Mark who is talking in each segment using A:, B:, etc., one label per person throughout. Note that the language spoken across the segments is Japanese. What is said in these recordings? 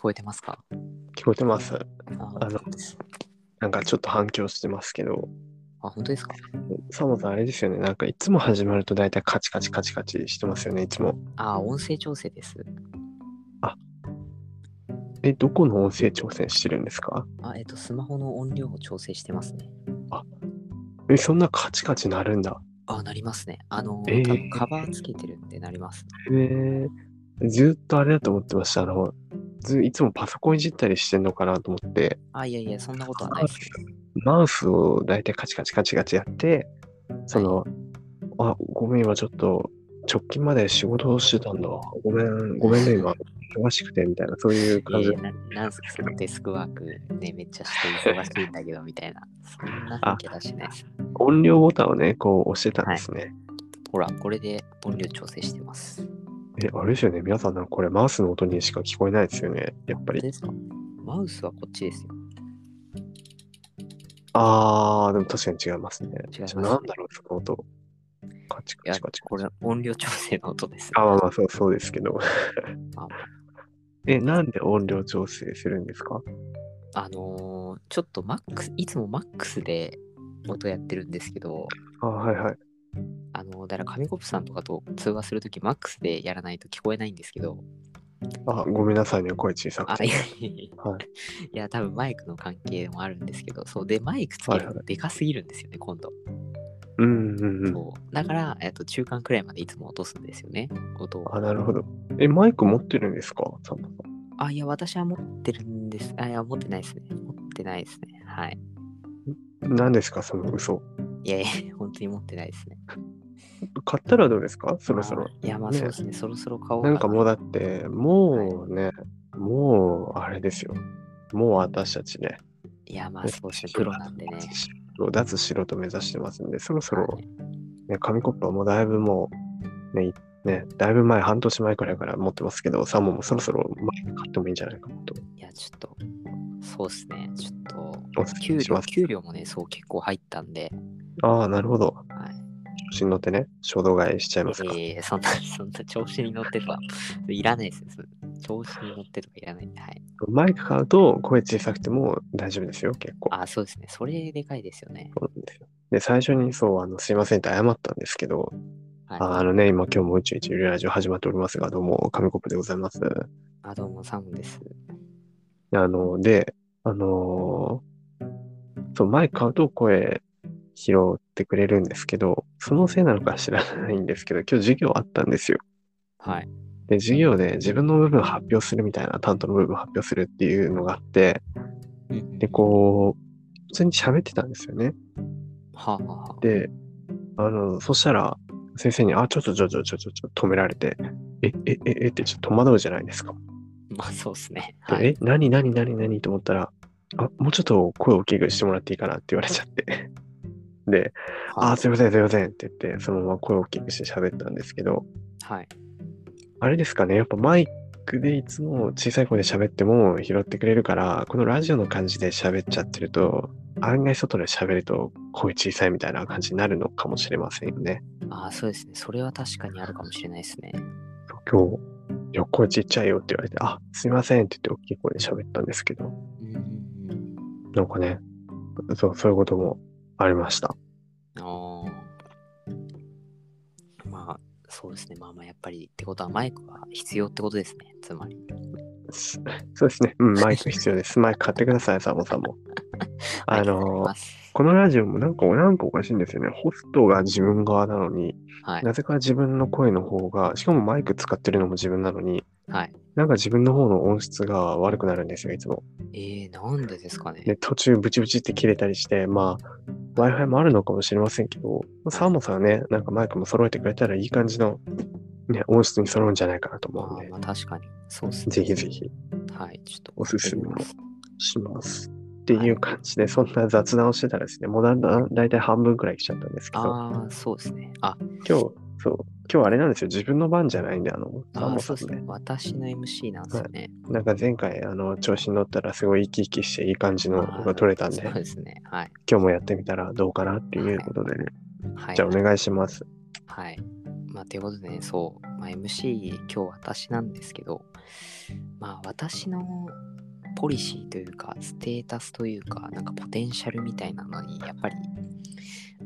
A: こえてますか
B: 聞こえてます。
A: あ
B: あの
A: そうです
B: なんかちょっと反響してますけど、
A: あ、本当ですか
B: サモさんあれですよね、なんかいつも始まると大体カチカチカチカチしてますよね、いつも。
A: あ、音声調整です。
B: え、どこの音声調整してるんですか
A: あ、えっと、スマホの音量を調整してますね。
B: え、そんなカチカチ鳴るんだ。
A: あ、なりますね。あの、
B: えー
A: 多分カバーつけてるんでなります。
B: えー、ずーっとあれだと思ってました。あの、ずいつもパソコンいじったりしてんのかなと思って、
A: あ、いやいや、そんなことはないです。
B: マウスを大体カチカチカチカチやって、その、あ、ごめん、今ちょっと、直近まで仕事をしてたんだ。ごめん、ごめんね、今、忙しくて、みたいな、そういう
A: いや
B: 感
A: い
B: じ
A: や、。ななんすか、そのデスクワークね、めっちゃして忙しいんだけど、みたいな。そんなわけだしないです。
B: 音量ボタンをね、こう押してたんですね。
A: ほら、これで音量調整してます。
B: え、あれですよね、皆さん、なんかこれ、マウスの音にしか聞こえないですよね、やっぱ
A: これ
B: り。
A: ですかマウスはこっちですよ。
B: あー、でも確かに違いますね。
A: 違います
B: ちょなんだろう、その音。カチ
A: い
B: カ
A: や
B: チカチ、
A: こ
B: カチ
A: れ。音量調整の音です。
B: あ、まあまあ、そう、そうですけど。
A: あ
B: え、なんで音量調整するんですか
A: あのーちょっとマックス、いつもマックスで音やってるんですけど、
B: あ、はいはい。
A: あのーだから紙コップさんとかと通話するとき、マックスでやらないと聞こえないんですけど、
B: あ、ごめんなさいね、声小さく
A: あ、い
B: て。
A: やいや、、
B: はい
A: や、多分マイクの関係もあるんですけど、そう、で、マイクつけ
B: は
A: る
B: いは
A: とでかすぎるんですよね、今度。
B: うんうんうん。
A: そうだから、えっと、中間くらいまでいつも落とすんですよね、音を。
B: あ、なるほど。え、マイク持ってるんですかサンタさん
A: あ、いや、私は持ってるんです。あ、いや、持ってないですね。持ってないですね。はい。
B: 何ですかその嘘。
A: いやいや、本当に持ってないですね。
B: 買ったらどうですかそろそろ
A: あ。ーいや、まあ
B: ね
A: そうですね。そろそろ買おうか
B: な
A: な。
B: んかもうだって、もうね、もうあれですよ。もう私たちね、
A: いや、まあ
B: ね
A: そうですね。プロなんでね。
B: 脱素人目指してますんで、そろそろ
A: は、い
B: ね、紙コップはもうだいぶもう、ね、いね、だいぶ前、半年前くらいから持ってますけど、サーモンもそろそろ前買ってもいいんじゃないかなと。
A: いや、ちょっと、そうですね。ちょっと、
B: お勧
A: 給
B: めし
A: 料
B: ます
A: 給料もね、そう結構入ったんで、
B: ああ、なるほど。
A: はい。
B: 調子に乗ってね、衝動買いしちゃいますか。
A: ええそんな、 そんな調子に乗ってとか、 いらないですよ。それ調子に乗ってとかいらないんで、はい。
B: マイク買うと声小さくても大丈夫ですよ、結構。
A: あ、そうですね。それでかいですよね。
B: そうなんですよで、最初にそう、あの、すいませんって謝ったんですけど、
A: はい。
B: ああのね、今今日も宇宙一流ラジオ始まっておりますが、どうも、紙コップでございます。
A: あ、どうも、サムです。
B: あの、で、あのーそう、マイク買うと声拾ってくれるんですけど、そのせいなのか知らないんですけど、今日授業あったんですよ。
A: はい。
B: で、授業で自分の部分発表するみたいな、担当の部分発表するっていうのがあって、
A: うんうん
B: で、こう、普通に喋ってたんですよね。
A: はあ、はあはあ、
B: で、あの、そしたら、先生に、あ、ちょっとちょっとちょっとちょっと止められて、え、え、え、えってちょっと戸惑うじゃないですか。
A: まあそうですね。
B: で
A: はい。
B: え、何、何、何、何と思ったら、あ、もうちょっと声を大きくしてもらっていいかなって言われちゃって。 で、あ、すいません、すいませんって言って、そのまま声を大きくして喋ったんですけど、
A: はい。
B: あれですかね、やっぱマイクでいつも小さい声で喋っても拾ってくれるから、このラジオの感じで喋っちゃってると、案外外で喋ると声小さいみたいな感じになるのかもしれませんよね。
A: あ、そうですね。それは確かにあるかもしれないですね。
B: 今日、いや、声ちっちゃいよって言われて、あ、すいませんって言って大きい声で喋ったんですけど、
A: うんうんうん。
B: なんかね、そう、そういうこともありました。
A: ああ。まあ、そうですね。まあまあ、やっぱりってことはマイクは必要ってことですね。つまり。
B: す そうですね。うん、マイク必要です。マ イク買ってください、サボさん も。あのー、このラジオもなんか、なんかおかしいんですよね。ホストが自分側なのに、
A: はい。
B: なぜか自分の声の方が、しかもマイク使ってるのも自分なのに、
A: はい。
B: なんか自分の方の音質が悪くなるんですよ、いつも。
A: えー、なんでですかね。
B: で、途中ブチブチって切れたりして、まあ、Wi-Fi もあるのかもしれませんけど、サーモンさんはね、なんかマイクも揃えてくれたらいい感じの、ね、音質に揃うんじゃないかなと
A: ま
B: 思うん
A: あ
B: で、
A: まあ、確かに。そうですね。
B: ぜひぜひ
A: はい。ちょっと。
B: おすすめ
A: やってみます
B: します。っていう感じで、そんな雑談をしてたらですね、もうだんだん大体半分くらい来ちゃったんですけど、
A: ああ、そうですね。あ、
B: 今日、そう、今日あれなんですよ、自分の番じゃないんで、あの、サー
A: あ
B: モ
A: ー
B: ン
A: そ
B: さ
A: うです
B: ん
A: ね
B: ね。。
A: 私の MC なんですよね。
B: なんか前回、あの、調子に乗ったらすごい生き生きしていい感じの
A: あー
B: が取れたんで、
A: そうですね。はい。
B: 今日もやってみたらどうかなっていうことでね、
A: はい。
B: じゃあお願いします。
A: はい。まあ、ということでね、そう、まあ、MC、今日私なんですけど、まあ、私のポリシーというか、ステータスというか、なんかポテンシャルみたいなのに、やっぱり、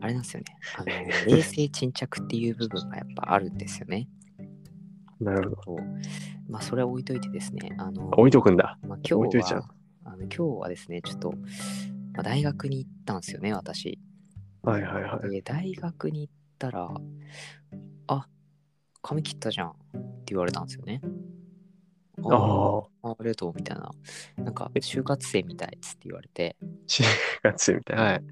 A: あれなんですよね、あ の冷静沈着っていう部分がやっぱあるんですよね。
B: なるほど。
A: そうまあ、それは置いといてですね、あの、
B: あ置いとくんだ。
A: まあ、
B: 置
A: 今
B: いと
A: 日
B: いちゃう
A: は、あの今日はですね、ちょっと、まあ、大学に行ったんですよね、私。
B: はいはいはい。
A: で大学に行ったら「あ髪切ったじゃん」って言われたんですよね。
B: あ
A: あ
B: あ、
A: ありがとうみたいな。なんか就活生みたいっつって言われて
B: 中学生みたい。はい。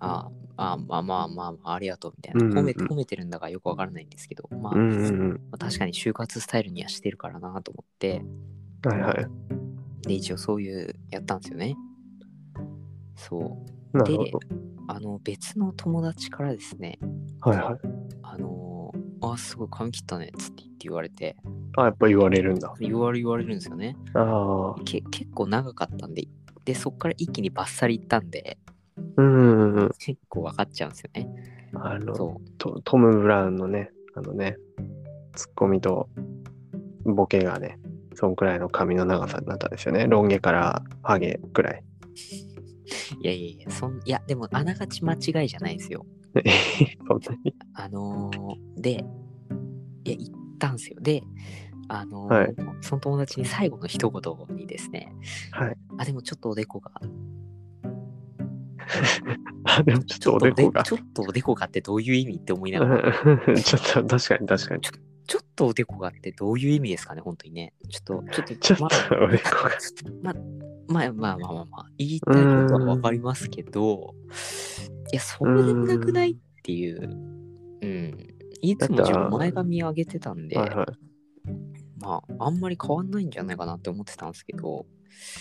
A: 「ああまあまあまあ、まあ、ありがとう」みたい
B: うんうんう
A: な。褒
B: ん
A: め褒めてるんだかよくわからないんですけど、まあ、
B: うんうん
A: まあ確かに就活スタイルにはしてるからなと思って
B: うん。はいはい。
A: で一応そういうやったんですよね。そう。
B: な
A: で
B: るほど。
A: あの別の友達からですね
B: はいはい。
A: あのあすごい髪切ったねっつって言われて
B: あ、やっぱ言われるんだ。
A: 言われ言われるんですよね。
B: ああ。
A: け結構長かったんで、で、そこから一気にバッサリ行ったんで、
B: うんうんうん。
A: 結構分かっちゃうんですよね。
B: あの、
A: そう。
B: トトム・ブラウンのね、あのね、ツッコミとボケがね、そんくらいの髪の長さになったんですよね。ロン毛からハゲくらい。
A: いやいやいや、そんいやでも、あながち間違いじゃないですよ。
B: そんなに。
A: あのーで、いや、行ったんですよ。で、あのー
B: はい
A: その友達に最後の一言にですね、
B: はい。
A: あ、でもちょっとおでこが、
B: あ、でもちょっとおでこが。
A: ちょっとおでこがってどういう意味って思いな
B: う
A: がら、
B: ん ちょっと、確かに確かに。
A: ちょっとおでこがってどういう意味ですかね、本当にね。ちょっと、ちょっと、
B: ちょっと
A: まあ
B: おでこが。
A: まあまあまあまあまあ、言いたいことはわかりますけど、いや、そうでもなくないっていう、うん。いつも自分前髪上げてたんで、
B: はいはい。
A: まあ、あんまり変わんないんじゃないかなって思ってたんですけど、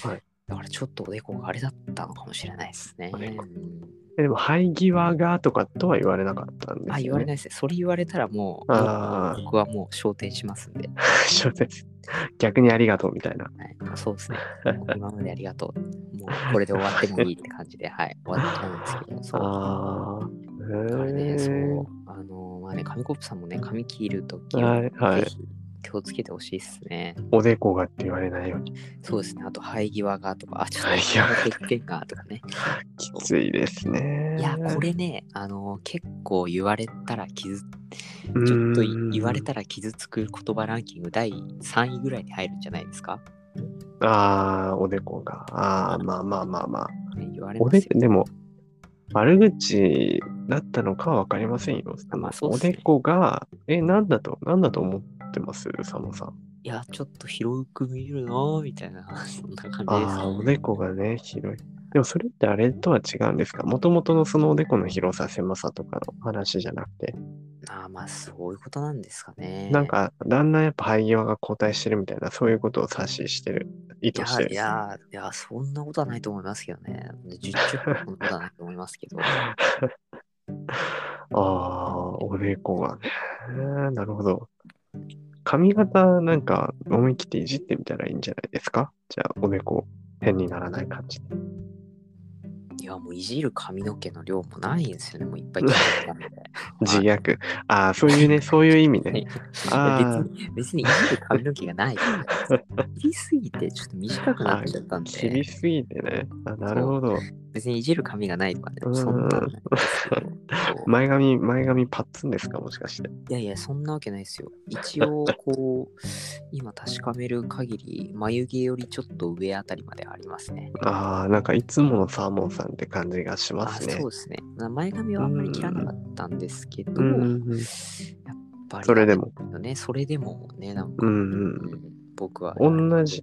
B: はい
A: だからちょっとおでこがあれだったのかもしれないですね。
B: おでこ
A: うん
B: えでも、生え際がとかとは言われなかったんですよ、ね。
A: あ、言われないですね。それ言われたらもう、
B: あー
A: 僕はもう昇天しますんで、
B: そうです。逆にありがとうみたいな。
A: はい、そうで すね。今までありがとう。もうこれで終わってもいいって感じで、はい、終わっちゃうんですけど、そう。
B: ああ。
A: だから
B: へ
A: ね、
B: ー
A: そう、あのまあね、紙コップさんもね、髪切るとき
B: は
A: は、
B: いはい
A: ぜひ気をつけてほしいですね。
B: おでこがって言われないように。
A: そうですね、あと、生え際がとか、あ、ちょっと、
B: 生え際が
A: 生えてきてんがとかね。
B: きついですね。
A: いや、これね、あの結構言われたら傷、ち
B: うーん、
A: ょっとい言われたら傷つく言葉ランキング第3位ぐらいに入るんじゃないですか。
B: ああ、おでこが。ああ、まあまあまあまあ。
A: ね、言われ
B: お
A: ま
B: です
A: よ。
B: でも、悪口だったのかは分かりませんよ。
A: あまあそうっ
B: お
A: すね
B: でこが、え、なんだと、なんだと思ってます佐野さん。
A: いや、ちょっと広く見えるなぁみたいな、 そんな感じです。
B: ああ、おでこがね、広い。でもそれってあれとは違うんですかもともとのそのおでこの広さ、狭さとかの話じゃなくて、
A: あーまあ、そういうことなんですかね。
B: なんかだんだんやっぱ生え際が後退してるみたいな、そういうことを指ししてる、意
A: い
B: 図
A: や
B: してる。
A: いや、いや、そんなことはないと思いますけどね。十中そんなことはないと思いますけ ど。
B: ああ、おでこがね。なるほど。髪型なんか思い切っていじってみたらいいんじゃないですかじゃあ、おでこ変にならない感じで。
A: いや、もういじる髪の毛の量もないんですよね。もういっぱい切ってたんで。
B: 自虐。ああ、そういうね、そういう意味ね。あ
A: はい別に、別にいじる髪の毛がない から。切りすぎて、ちょっと短くなっちゃったん
B: 切
A: で
B: り、すぎてね。あなるほど。
A: 別にいじる髪がないとかね、そんなんないです けど。そう
B: 前髪、前髪パッツンですかもしかして。
A: いやいや、そんなわけないですよ。一 応、こう、今確かめる限り、眉毛よりちょっと上あたりまでありますね。
B: ああ、なんかいつものサーモンさんって感じがしま
A: あ
B: すね
A: そう。ですね。な前髪はあんまり切らなかったんですけど、
B: うん
A: やっ
B: うんうん
A: ぱり、
B: それでも。
A: ね、それでもね、なんか、
B: うん
A: う
B: うん
A: ん僕は。
B: 同じ。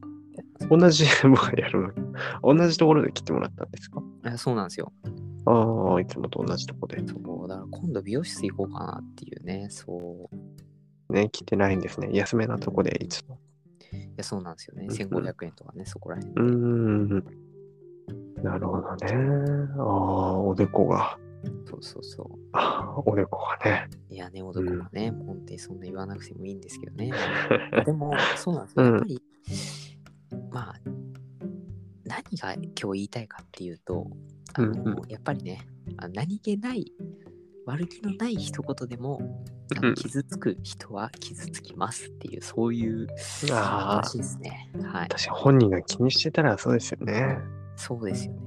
B: 同じ、 僕はやるわけ。同じところで切ってもらったんですか
A: あそうなんですよ。
B: ああ、いつもと同じとこで。
A: そう、だから今度美容室行こうかなっていうね、そう。
B: ね、切ってないんですね。安めなとこでいつも。
A: いや、そうなんですよね。
B: うん
A: 1500円とかね、そこら辺
B: う
A: で。
B: ーん。なるほどね。ああ、おでこが。
A: そうそうそ
B: あーおでこが ね。
A: う。いやね、男はね、もう本当にそんな言わなくてもいいんですけどね。でも、そうなんですよ。
B: うん
A: やっぱり、まあ、何が今日言いたいかっていうと、あの
B: うん
A: やっぱりね、あ何気ない悪気のない一言でもあ
B: うん
A: の傷つく人は傷つきますっていうそういう
B: あー
A: 話ですね。はい、
B: 確かに本人が気にしてたらそうですよね。
A: そうですよね。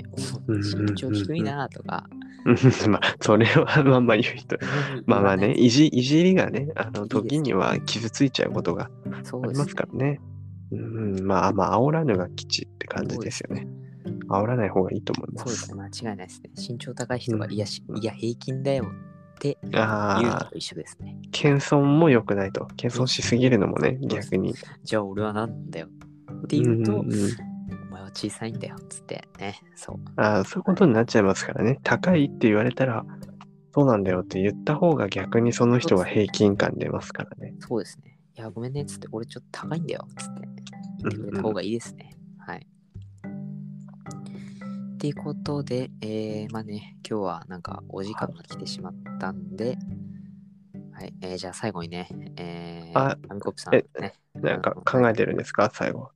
B: うんうんうんうん
A: 身長低いなとか。
B: うんまあ、それはまあまあ言う人。まあまあね、いじいじりがね、あの時には傷ついちゃうことが
A: そう
B: あり
A: で
B: ます
A: ね。
B: すからね。うん、まあまあ、煽らぬが吉って感じですよね。煽らない方がいいと思いま
A: そうです
B: す。
A: ね、間違いないですね。身長高い人が、
B: うん
A: いやし、いや、平均だよって言うの
B: ああ
A: と、一緒ですね。
B: 謙遜も良くないと。謙遜しすぎるのもね、逆に。
A: じゃあ、俺はなんだよって言うと、
B: うんうんうん
A: お前は小さいんだよっつってね、そう。
B: ああ、そういうことになっちゃいますからね。高いって言われたら、そうなんだよって言った方が逆にその人は平均感出ますからね。
A: そうですね。いや、ごめんねっつって、俺ちょっと高いんだよっつって言ってくれた方がいいですね。はい。っていうことで、えー、まあね、今日はなんかお時間が来てしまったんで、はい、えー、じゃあ最後にね、えー、
B: あ
A: アミコップさん、ね
B: え、なんか考えてるんですか、最後。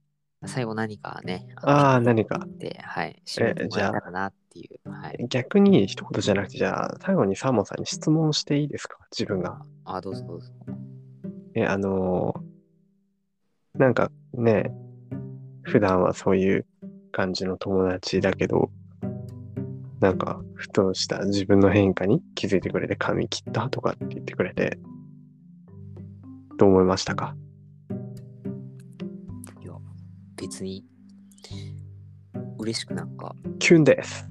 A: 最後何かね、の
B: ああ、何か。
A: で、はい、締めてもらえたらなっていう。はい。
B: 逆に一言じゃなくて、じゃあ、最後にサーモンさんに質問していいですか自分が。
A: あ、どうぞどうぞ。
B: え、あのーなんかね、普段はそういう感じの友達だけど、なんか、ふとした自分の変化に気づいてくれて、髪切ったとかって言ってくれて、どう思いましたか
A: いや、別に、嬉しくなんか、
B: キュンです。